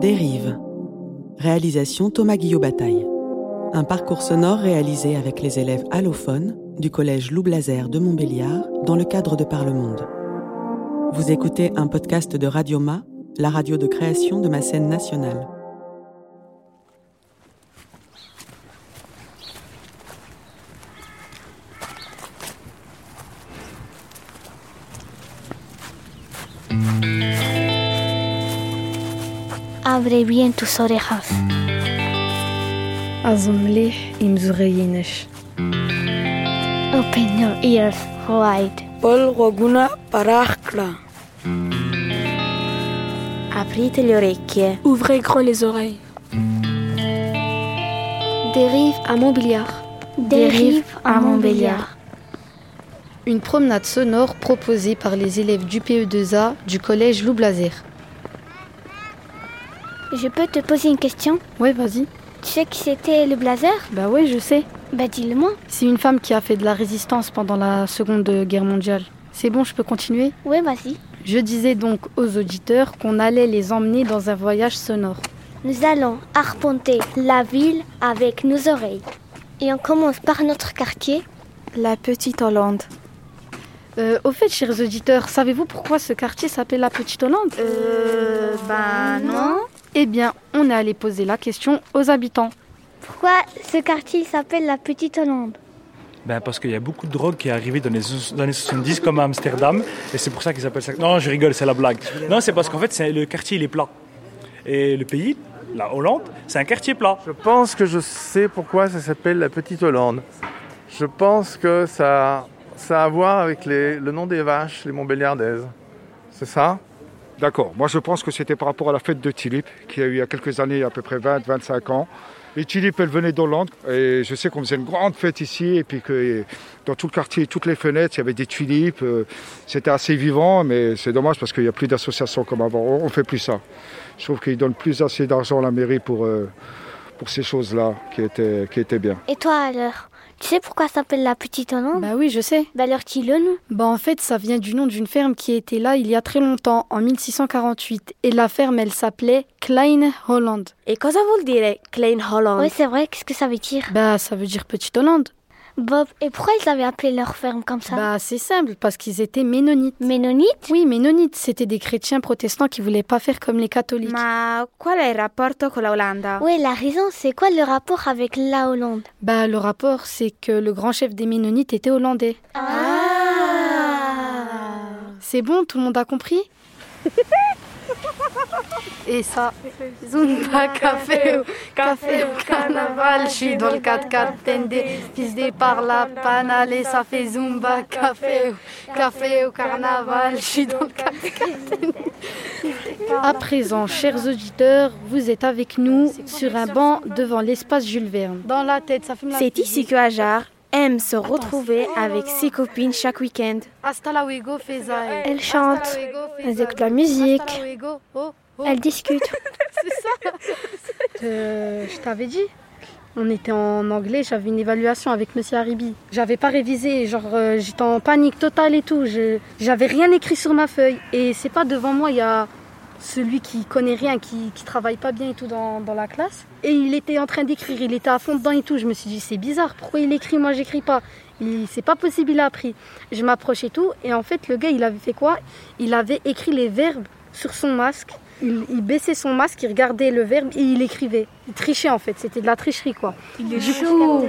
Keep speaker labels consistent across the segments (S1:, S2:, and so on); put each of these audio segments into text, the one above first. S1: Dérive. Réalisation Thomas Guillot Bataille. Un parcours sonore réalisé avec les élèves allophones du collège Loup Blazer de Montbéliard dans le cadre de Parlemonde. Vous écoutez un podcast de Radioma, la radio de création de ma scène nationale.
S2: Abre bien tus orejas.
S3: أظن مليح يمزغيناش
S2: Open your ears wide.
S4: Paul Roguna Paracla.
S5: Aprite le orecchie.
S6: Ouvrez grand les oreilles.
S7: Dérive à Montbéliard.
S2: Dérive à Montbéliard.
S3: Une promenade sonore proposée par les élèves du PE2A du collège Loup Blazer.
S2: Je peux te poser une question
S3: Ouais, vas-y.
S2: Tu sais qui c'était le blazer
S3: Bah ouais, je sais.
S2: Bah dis-le-moi.
S3: C'est une femme qui a fait de la résistance pendant la Seconde Guerre mondiale. C'est bon, je peux continuer
S2: Ouais, vas-y.
S3: Je disais donc aux auditeurs qu'on allait les emmener dans un voyage sonore.
S2: Nous allons arpenter la ville avec nos oreilles. Et on commence par notre quartier.
S7: La Petite Hollande.
S3: Euh, au fait, chers auditeurs, savez-vous pourquoi ce quartier s'appelle la Petite Hollande
S5: Euh. Bah non.
S3: Eh bien, on est allé poser la question aux habitants.
S2: Pourquoi ce quartier s'appelle la Petite Hollande
S8: Ben, parce qu'il y a beaucoup de drogue qui est arrivée dans les so- années 70, comme à Amsterdam, et c'est pour ça qu'ils appellent ça. Non, je rigole, c'est la blague. Non, c'est parce qu'en fait, c'est- le quartier, il est plat. Et le pays, la Hollande, c'est un quartier plat.
S9: Je pense que je sais pourquoi ça s'appelle la Petite Hollande. Je pense que ça, ça a à voir avec les- le nom des vaches, les Montbéliardaises. C'est ça
S10: D'accord. Moi, je pense que c'était par rapport à la fête de Tulip, qui a eu il y a quelques années, à peu près 20-25 ans. Et Tulip, elle venait d'Hollande. Et je sais qu'on faisait une grande fête ici. Et puis que dans tout le quartier, toutes les fenêtres, il y avait des tulipes. Euh, C'était assez vivant, mais c'est dommage parce qu'il n'y a plus d'associations comme avant. On ne fait plus ça. Je trouve qu'ils donnent plus assez d'argent à la mairie pour, euh, pour ces choses-là, qui étaient, qui étaient bien.
S2: Et toi alors Tu sais pourquoi ça s'appelle la Petite Hollande
S3: Bah oui, je sais.
S2: Bah alors dis-le nous.
S3: Bah en fait, ça vient du nom d'une ferme qui était là il y a très longtemps, en 1648. Et la ferme, elle s'appelait Kleine Holland.
S5: Et cosa vuol dire Klein Holland
S2: Oui, c'est vrai, qu'est-ce que ça veut dire
S3: Bah ça veut dire Petite Hollande.
S2: Bob, et pourquoi ils avaient appelé leur ferme comme ça
S3: Bah c'est simple, parce qu'ils étaient ménonites.
S2: Ménonite
S3: Oui, ménonites, c'était des chrétiens protestants qui voulaient pas faire comme les catholiques.
S5: Ma qual è il rapporto con la Olanda?
S2: Ouais, la raison, c'est quoi le rapport avec la Hollande
S3: Bah le rapport, c'est que le grand chef des ménonites était hollandais. C'est bon, tout le monde a compris Et ça, Zumba Café, café au carnaval, je suis dans le 4x4 tende, fils des par la panale, et ça fait Zumba Café, café au carnaval, je suis dans le 4x4 À présent, chers auditeurs, vous êtes avec nous sur un banc devant l'espace Jules Verne. Dans la tête, ça fume
S5: C'est ici que Hajar aime se retrouver avec ses copines chaque week-end.
S3: Hasta la Ouigo, Fezae.
S7: Elle chante. Elles écoutent la musique.
S3: Hasta la Ouigo, oh, oh.
S2: Elle discute.
S3: Euh, je t'avais dit. On était en anglais, j'avais une évaluation avec Monsieur Haribi. J'avais pas révisé, genre euh, j'étais en panique totale et tout. Je- J'avais rien écrit sur ma feuille. Et c'est pas devant moi, il y a celui qui connaît rien, qui, qui travaille pas bien et tout dans, dans la classe. Et il était en train d'écrire, il était à fond dedans et tout. Je me suis dit, c'est bizarre, pourquoi il écrit, moi j'écris pas Il- C'est pas possible, il a appris. Je m'approche et tout. Et en fait, le gars, il avait fait quoi Il avait écrit les verbes sur son masque. Il, il baissait son masque, il regardait le verbe et il écrivait. Il trichait en fait, c'était de la tricherie quoi. du, coup,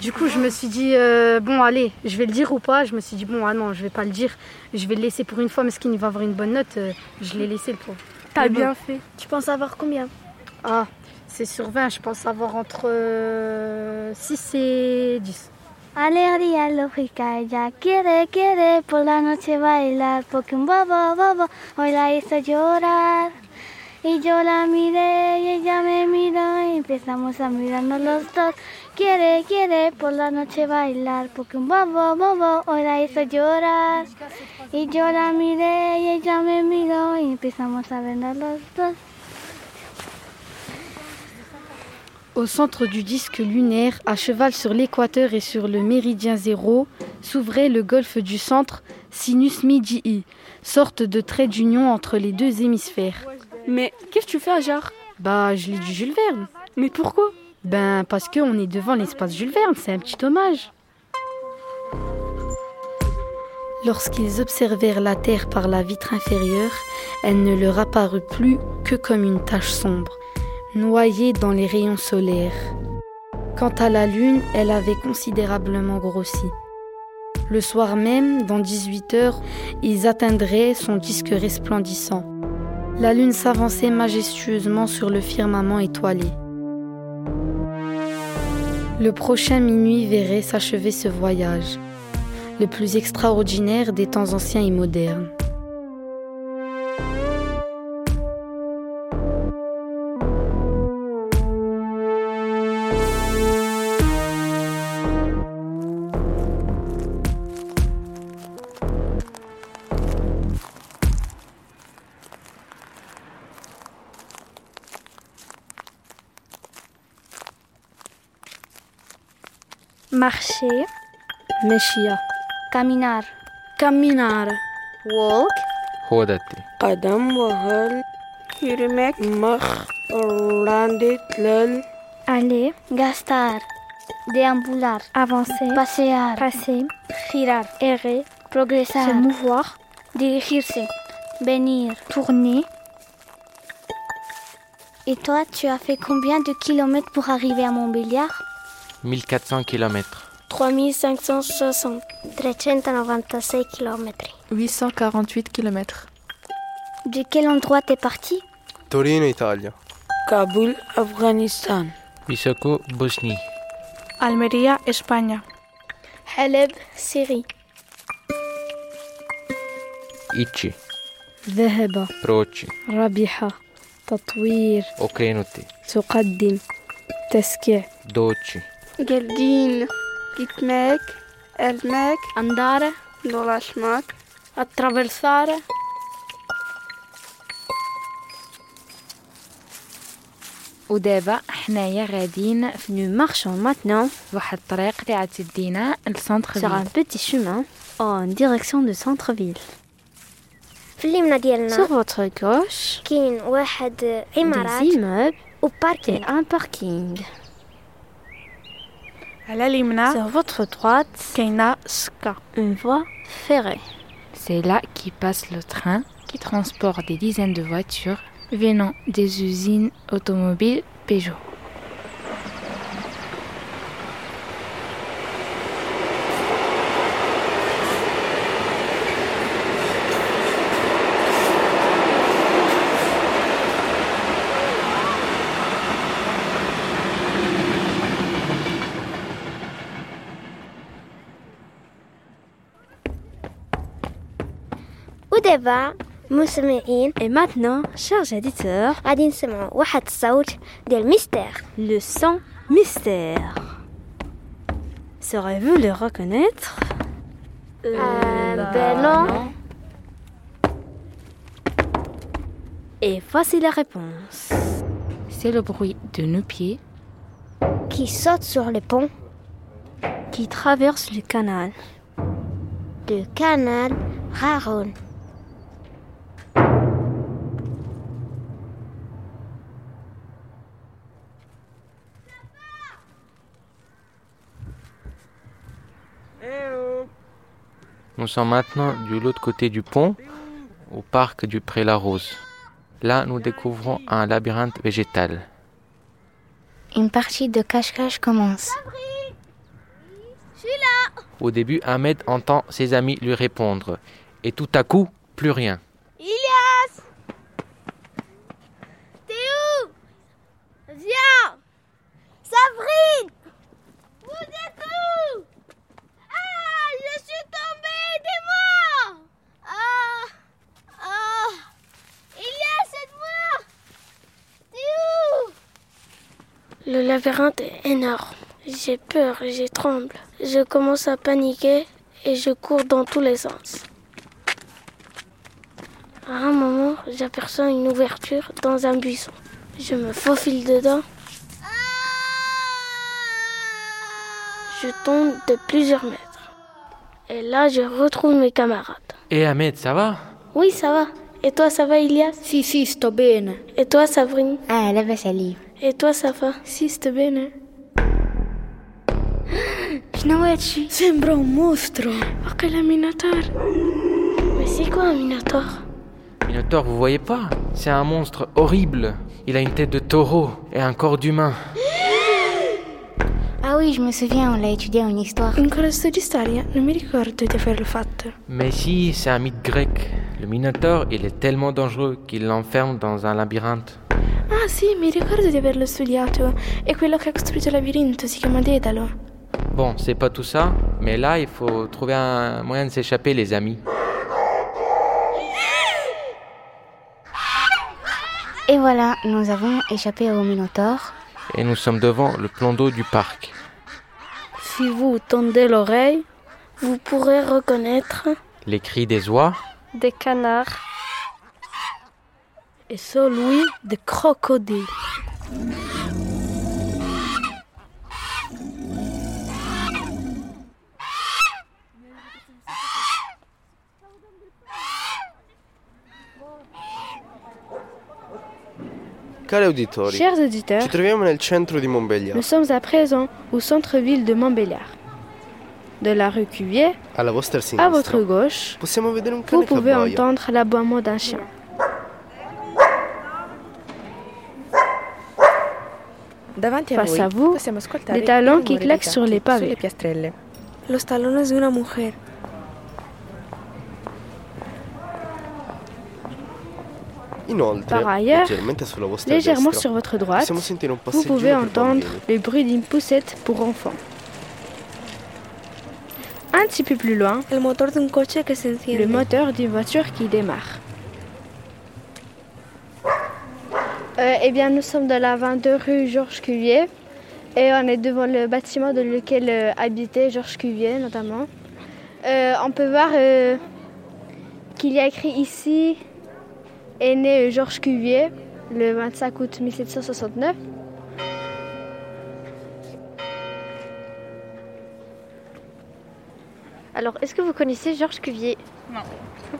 S3: du coup, je me suis dit, euh, bon, allez, je vais le dire ou pas Je me suis dit, bon, ah non, je vais pas le dire. Je vais le laisser pour une fois, parce qu'il va avoir une bonne note. Euh, Je l'ai laissé le pauvre.
S7: T'as
S3: Mais bon.
S7: bien fait. Tu penses avoir combien
S3: Ah, c'est sur 20, je pense avoir entre euh, 6 et 10.
S2: Alegría lógica, ella quiere, quiere por la noche bailar, porque un bobo, bobo, hoy la hizo llorar. Y yo la miré y ella me miró y empezamos a mirarnos los dos. Quiere, quiere por la noche bailar, porque un bobo, bobo, hoy la hizo llorar. Y yo la miré y ella me miró y empezamos a vernos los dos.
S3: Au centre du disque lunaire, à cheval sur l'équateur et sur le méridien zéro, s'ouvrait le golfe du centre, sinus midii, sorte de trait d'union entre les deux hémisphères.
S6: Mais qu'est-ce que tu fais, Hajar
S11: Bah, je lis du Jules Verne. Mais pourquoi Ben, parce qu'on est devant l'espace Jules Verne, c'est un petit hommage.
S3: Lorsqu'ils observèrent la Terre par la vitre inférieure, elle ne leur apparut plus que comme une tache sombre, noyée dans les rayons solaires. Quant à la Lune, elle avait considérablement grossi. Le soir même, dans 18 heures, ils atteindraient son disque resplendissant. La Lune s'avançait majestueusement sur le firmament étoilé. Le prochain minuit verrait s'achever ce voyage le plus extraordinaire des temps anciens et modernes.
S2: Marcher.
S3: Meshia.
S2: Caminar.
S3: Caminar.
S12: Walk.
S6: Hodati.
S13: قدم وهل يرمك مخ راندي تلل
S2: Aller. Gastar. Déambular.
S3: Avancer.
S2: Passear.
S3: Passer.
S2: Girar.
S3: Errer.
S2: Progresar.
S3: Se mouvoir.
S2: Dirigirse. Venir.
S3: Tourner.
S2: Et toi, tu as fait combien de kilomètres pour arriver à Montbéliard
S6: 1400 km.
S2: 3560. 396 km.
S14: 848 km.
S2: De quel endroit t'es parti
S15: Torino, Italia.
S13: Kaboul, Afghanistan.
S6: Isoko, Bosnie.
S14: Almería, España.
S2: Haleb, Syrie.
S6: Ichi.
S11: ذهب
S6: Proci.
S11: ربح تطوير
S6: Okrenuti.
S11: تقدم تسكيع
S6: Doci.
S16: قاعدين gitmek, elmek,
S3: andare,
S16: dolaşmak,
S3: attraversare.
S14: ودابا حنايا غاديين في
S3: Nous marchons maintenant
S14: واحد الطريق اللي عاد تدينا لسونتر
S3: sur un
S14: فيل
S3: petit chemin en direction de centre-ville.
S2: في الليمنة ديالنا
S3: Sur votre gauche,
S2: كاين واحد
S3: des
S2: عمارات
S3: immeubles et
S2: وباركين
S3: un parking.
S14: على اليمنى
S3: Sur votre droite,
S14: كاينه سكا
S3: une voie ferrée.
S14: C'est là qu'y passe le train qui transporte des dizaines de voitures venant des usines automobiles Peugeot.
S2: ودابا مستمعين
S3: Et maintenant, chers auditeurs,
S2: غادي نسمعوا واحد الصوت ديال ميستير
S3: le son mystère. Saurez-vous le reconnaître Euh.
S2: ben non
S3: Et voici la réponse.
S14: C'est le bruit de nos pieds
S2: qui saute sur le pont
S3: Qui traverse le canal.
S2: du canal Raron.
S6: Nous sommes maintenant de l'autre côté du pont, au parc du Pré-la-Rose. Là, nous découvrons un labyrinthe végétal.
S12: Une partie de cache-cache commence.
S6: Au début, Ahmed entend ses amis lui répondre. Et tout à coup, plus rien.
S2: Sabrine Vous êtes où Ah Je suis tombée des moi Ah Ah Il y a cette moi T'es où
S16: Le labyrinthe est énorme. J'ai peur, je tremble. Je commence à paniquer et je cours dans tous les sens. À un moment, j'aperçois une ouverture dans un buisson. Je me faufile dedans. Je tombe de plusieurs mètres. Et là, je retrouve mes camarades.
S6: Et Eh, Ahmed, ça va
S16: Oui, ça va.
S17: Et toi, ça va, Ilias
S18: Si, si, sto bene.
S17: Et toi, Sabrine
S19: Ah, la va salir.
S17: Et toi, Safa
S18: Si, sto bene.
S17: Pinawachi
S18: Sembra un mostro.
S17: Ok, la Minotaur. Mais c'est quoi un Minotaur
S6: Minotaur, vous voyez pas C'est un monstre horrible. Il a une tête de taureau et un corps d'humain.
S19: Ah oui, je me souviens, on l'a étudié en histoire.
S18: Ancora studi storia, non mi ricordo di averlo fatto.
S6: Mais si, c'est un mythe grec. Le Minotaure, il est tellement dangereux qu'il l'enferme dans un labyrinthe.
S18: Ah sì, mi ricordo di averlo studiato. È quello che ha costruito il labirinto, si chiama Dedalo.
S6: Bon, c'est pas tout ça, mais là, il faut trouver un moyen de s'échapper, les amis.
S19: Et voilà, nous avons échappé au Minotaure.
S6: Et nous sommes devant le plan d'eau du parc.
S17: Si vous tendez l'oreille, vous pourrez reconnaître
S6: les cris des oies,
S18: des canards et celui des crocodiles.
S15: Cari auditori,
S18: Chers auditeurs,
S15: ci troviamo nel centro di Montbéliard,
S18: nous sommes à présent au centre-ville de Montbéliard. De la rue Cuvier
S15: alla vostra sinistra.
S18: à votre gauche,
S15: Possiamo vedere un cane
S18: vous pouvez
S15: che abbaia.
S18: entendre l'aboiement d'un chien.
S20: Davanti a
S18: Face
S20: voi
S18: à vous,
S20: possiamo ascoltare
S18: des talons
S20: il
S18: qui
S20: rumore dei
S18: claquent sur
S20: tacchi
S18: les pavés.
S20: sulle piastrelle.
S18: Los talones de una mujer.
S15: Inoltre,
S18: Par ailleurs,
S15: leggermente sulla vostra
S18: Légèrement
S15: destra,
S18: sur votre droite,
S15: possiamo sentire un
S18: vous
S15: passeggio
S18: pouvez
S15: per
S18: entendre
S15: bambini.
S18: le bruit d'une poussette pour enfants. Un petit peu plus loin, le moteur d'un coche qui Le moteur d'une voiture qui démarre.
S16: Euh, eh bien, nous sommes dans la 22 rue Georges Cuvier et on est devant le bâtiment dans lequel euh, habitait Georges Cuvier notamment. Euh, on peut voir euh, qu'il y a écrit ici est né euh, Georges Cuvier le 25 août 1769. Alors, est-ce que vous connaissez Georges Cuvier Non.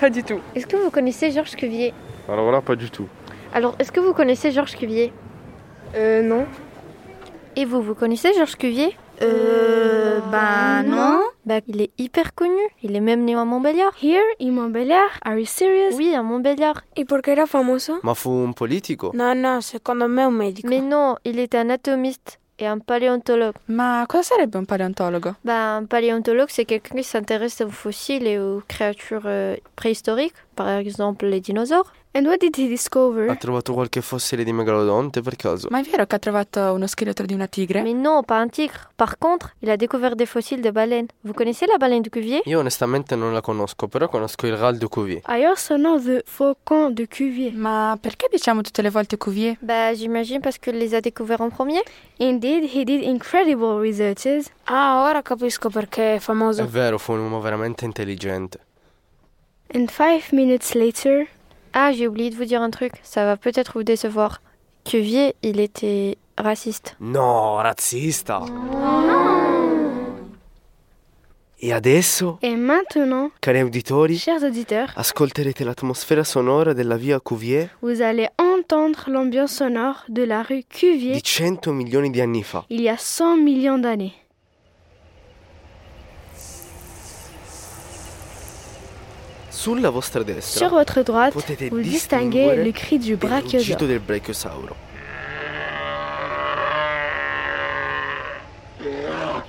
S20: Pas du tout.
S16: Est-ce que vous connaissez Georges Cuvier
S9: Alors là, pas du tout.
S16: Alors, est-ce que vous connaissez Georges Cuvier
S20: Euh, non.
S16: Et vous, vous connaissez Georges Cuvier
S18: Euh,
S16: bah non.
S18: Bah, il est hyper connu. Il est même né à Montbéliard. Here in Montbéliard? Are you serious? Oui, à Montbéliard. Et pourquoi era famoso?
S15: Ma fu un politico?
S4: No, no, secondo me è un medico.
S18: Mais non, il était anatomiste et un paléontologue.
S20: Ma cosa sarebbe un paleontologo?
S18: Bah, un paléontologue, c'est quelqu'un qui s'intéresse aux fossiles et aux créatures euh, préhistoriques, par exemple les dinosaures. And what did he discover?
S15: Ha trovato qualche fossile di megalodonte per caso?
S20: Ma è vero che ha trovato uno scheletro di una tigre?
S16: Mais non, pas un tigre. Par contre, il a découvert des fossiles de baleines. Vous connaissez la baleine de Cuvier
S15: Io onestamente non la conosco, però conosco il Raldo Cuvier.
S16: Ailleurs, son nom de faucon de Cuvier.
S20: Ma perché diciamo tutte le volte Cuvier?
S16: Bah, j'imagine parce qu'il les a découverts en premier.
S18: Indeed, he did incredible researches.
S4: Ah, ora capisco perché è famoso.
S15: È vero, fu un uomo veramente intelligente.
S16: And five minutes later. Ah, j'ai oublié de vous dire un truc. Ça va peut-être vous décevoir. Cuvier, il était raciste.
S15: No, razzista! E adesso,
S16: Et maintenant,
S15: cari auditori,
S16: chers auditeurs,
S15: ascolterete l'atmosfera sonora della via Cuvier
S16: vous allez entendre l'ambiance sonore de la rue Cuvier
S15: di 100 milioni di anni fa.
S16: il y a 100 millions d'années.
S15: Sulla vostra destra
S16: Sur votre droite,
S15: potete
S16: vous distinguez
S15: distinguere
S16: le cri du
S15: il ruggito
S16: brachiosaure.
S15: del brachiosauro.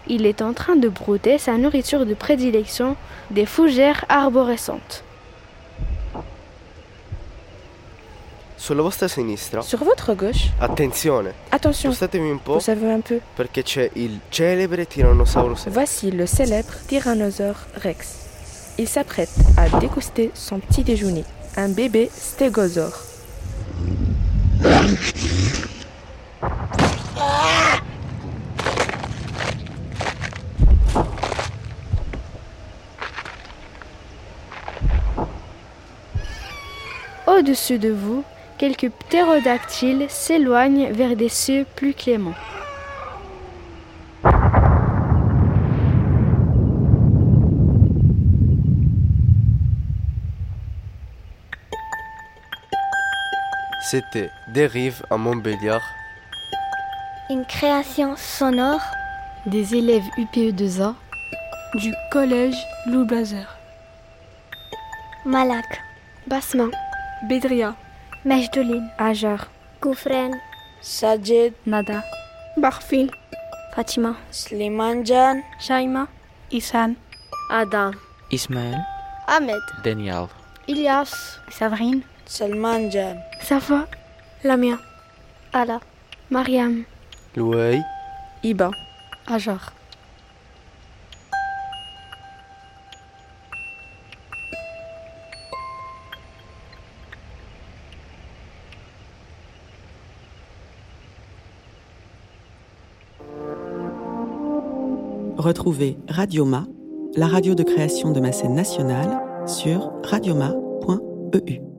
S16: Il est en train de brouter sa nourriture de prédilection, des fougères arborescentes.
S15: Sulla vostra sinistra,
S20: Sur votre gauche,
S15: attenzione,
S20: attention,
S15: spostatevi un po'
S20: vous savez un peu.
S15: perché c'è il celebre tirannosauro rex.
S20: Voici le célèbre Tyrannosaure Rex. Il s'apprête à déguster son petit déjeuner, un bébé stégosaure.
S16: Au-dessus de vous, quelques ptérodactyles s'éloignent vers des cieux plus cléments.
S15: C'était des rives à Montbéliard.
S2: Une création sonore
S3: des élèves UPE2A
S16: du collège Lou Blazer.
S2: Malak,
S16: Basma, Bedria,
S2: Mejdoulin,
S21: Ajar,
S2: Koufren,
S22: Sajid,
S16: Nada, Barfin,
S21: Fatima,
S22: Slimanjan,
S16: Shaima, Isan,
S23: Ada,
S6: Ismaël,
S24: Ahmed,
S6: Daniel,
S24: Ilias,
S16: Savrine,
S22: Salmanjan,
S16: Safa, Lamia,
S25: Ala,
S16: Mariam,
S15: Louay,
S26: Iba,
S16: Ajar.
S1: Retrouvez Radioma, la radio de création de ma scène nationale, sur radioma.eu.